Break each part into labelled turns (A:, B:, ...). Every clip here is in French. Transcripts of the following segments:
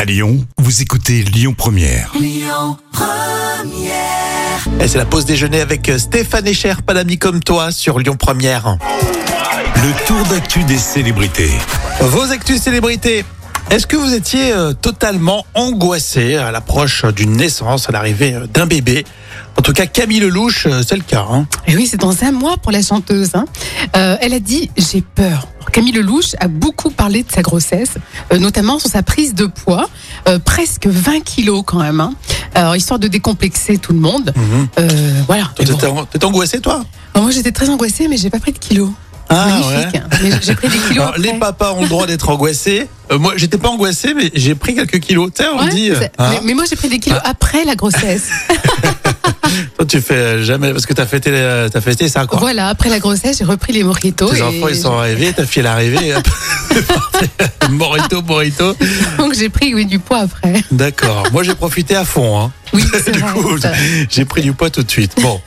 A: À Lyon, vous écoutez Lyon Première.
B: Et c'est la pause déjeuner avec Stéphane Echer, pas l'ami comme toi, sur Lyon Première.
A: Le tour d'actu des célébrités.
B: Vos actus célébrités. Est-ce que vous étiez euh, totalement angoissé à l'approche d'une naissance, à l'arrivée euh, d'un bébé En tout cas, Camille Lelouch, euh, c'est le cas. hein.
C: Et Eh oui, c'est dans un mois pour la chanteuse. hein. Euh, elle a dit J'ai peur. Alors, Camille Lelouch a beaucoup parlé de sa grossesse, euh, notamment sur sa prise de poids, euh, presque 20 kilos quand même, hein. Alors, histoire de décomplexer tout le monde.
B: Mhm.
C: Euh, voilà.
B: Toi,
C: Mais bon.
B: T'es an- t'es angoissé, toi
C: Alors, moi, j'étais très angoissée, mais j'ai pas pris de kilos.
B: Ah,
C: Magnifique.
B: ouais.
C: hein. Mais j'ai pris des kilos.
B: Alors, les
C: après.
B: papas ont le droit d'être angoissés. Euh, moi, j'étais pas angoissé, mais j'ai pris quelques kilos. Tu sais, on
C: Ouais,
B: dit. euh,
C: c'est-
B: hein,
C: mais, mais moi, j'ai pris des kilos après la grossesse.
B: Toi, tu fais euh, jamais. Parce que t'as fêté, euh, t'as fêté ça, quoi.
C: voilà, après la grossesse, j'ai repris les mojitos.
B: Tes
C: et
B: enfants, ils sont arrivés, ta fille, elle est arrivée. hop. morito, morito.
C: Donc, j'ai pris oui, du poids après.
B: D'accord. Moi, j'ai profité à fond. Hein.
C: Oui, c'est
B: Du
C: vrai,
B: coup,
C: ça.
B: j'ai pris du poids tout de suite. Bon.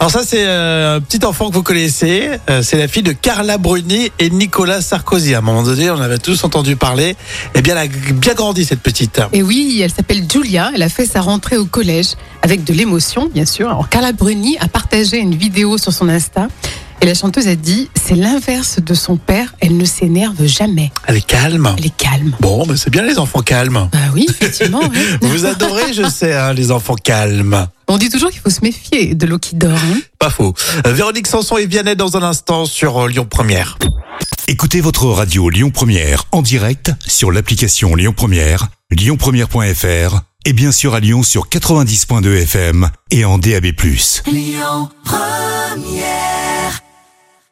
B: Alors ça, c'est euh, un petit enfant que vous connaissez. Euh, c'est la fille de Carla Bruni et Nicolas Sarkozy. À un moment donné, on avait tous entendu parler. Eh bien, elle a g- bien grandi, cette petite.
C: Et oui, elle s'appelle Julia. Elle a fait sa rentrée au collège avec de l'émotion, bien sûr. Alors, Carla Bruni a partagé une vidéo sur son Insta. Et la chanteuse a dit C'est l'inverse de son père. Elle ne s'énerve jamais.
B: Elle est calme.
C: Elle est calme.
B: Bon, mais c'est bien les enfants calmes.
C: Bah oui, effectivement. ouais.
B: Vous adorez, je sais, hein, les enfants calmes.
C: On dit toujours qu'il faut se méfier de l'eau qui dort. hein.
B: Pas faux. Euh, Véronique Sanson et Vianney dans un instant sur euh, Lyon Première.
A: Écoutez votre radio Lyon Première en direct sur l'application Lyon Première, lyonpremière.fr et bien sûr à Lyon sur 90.2 FM et en DAB+.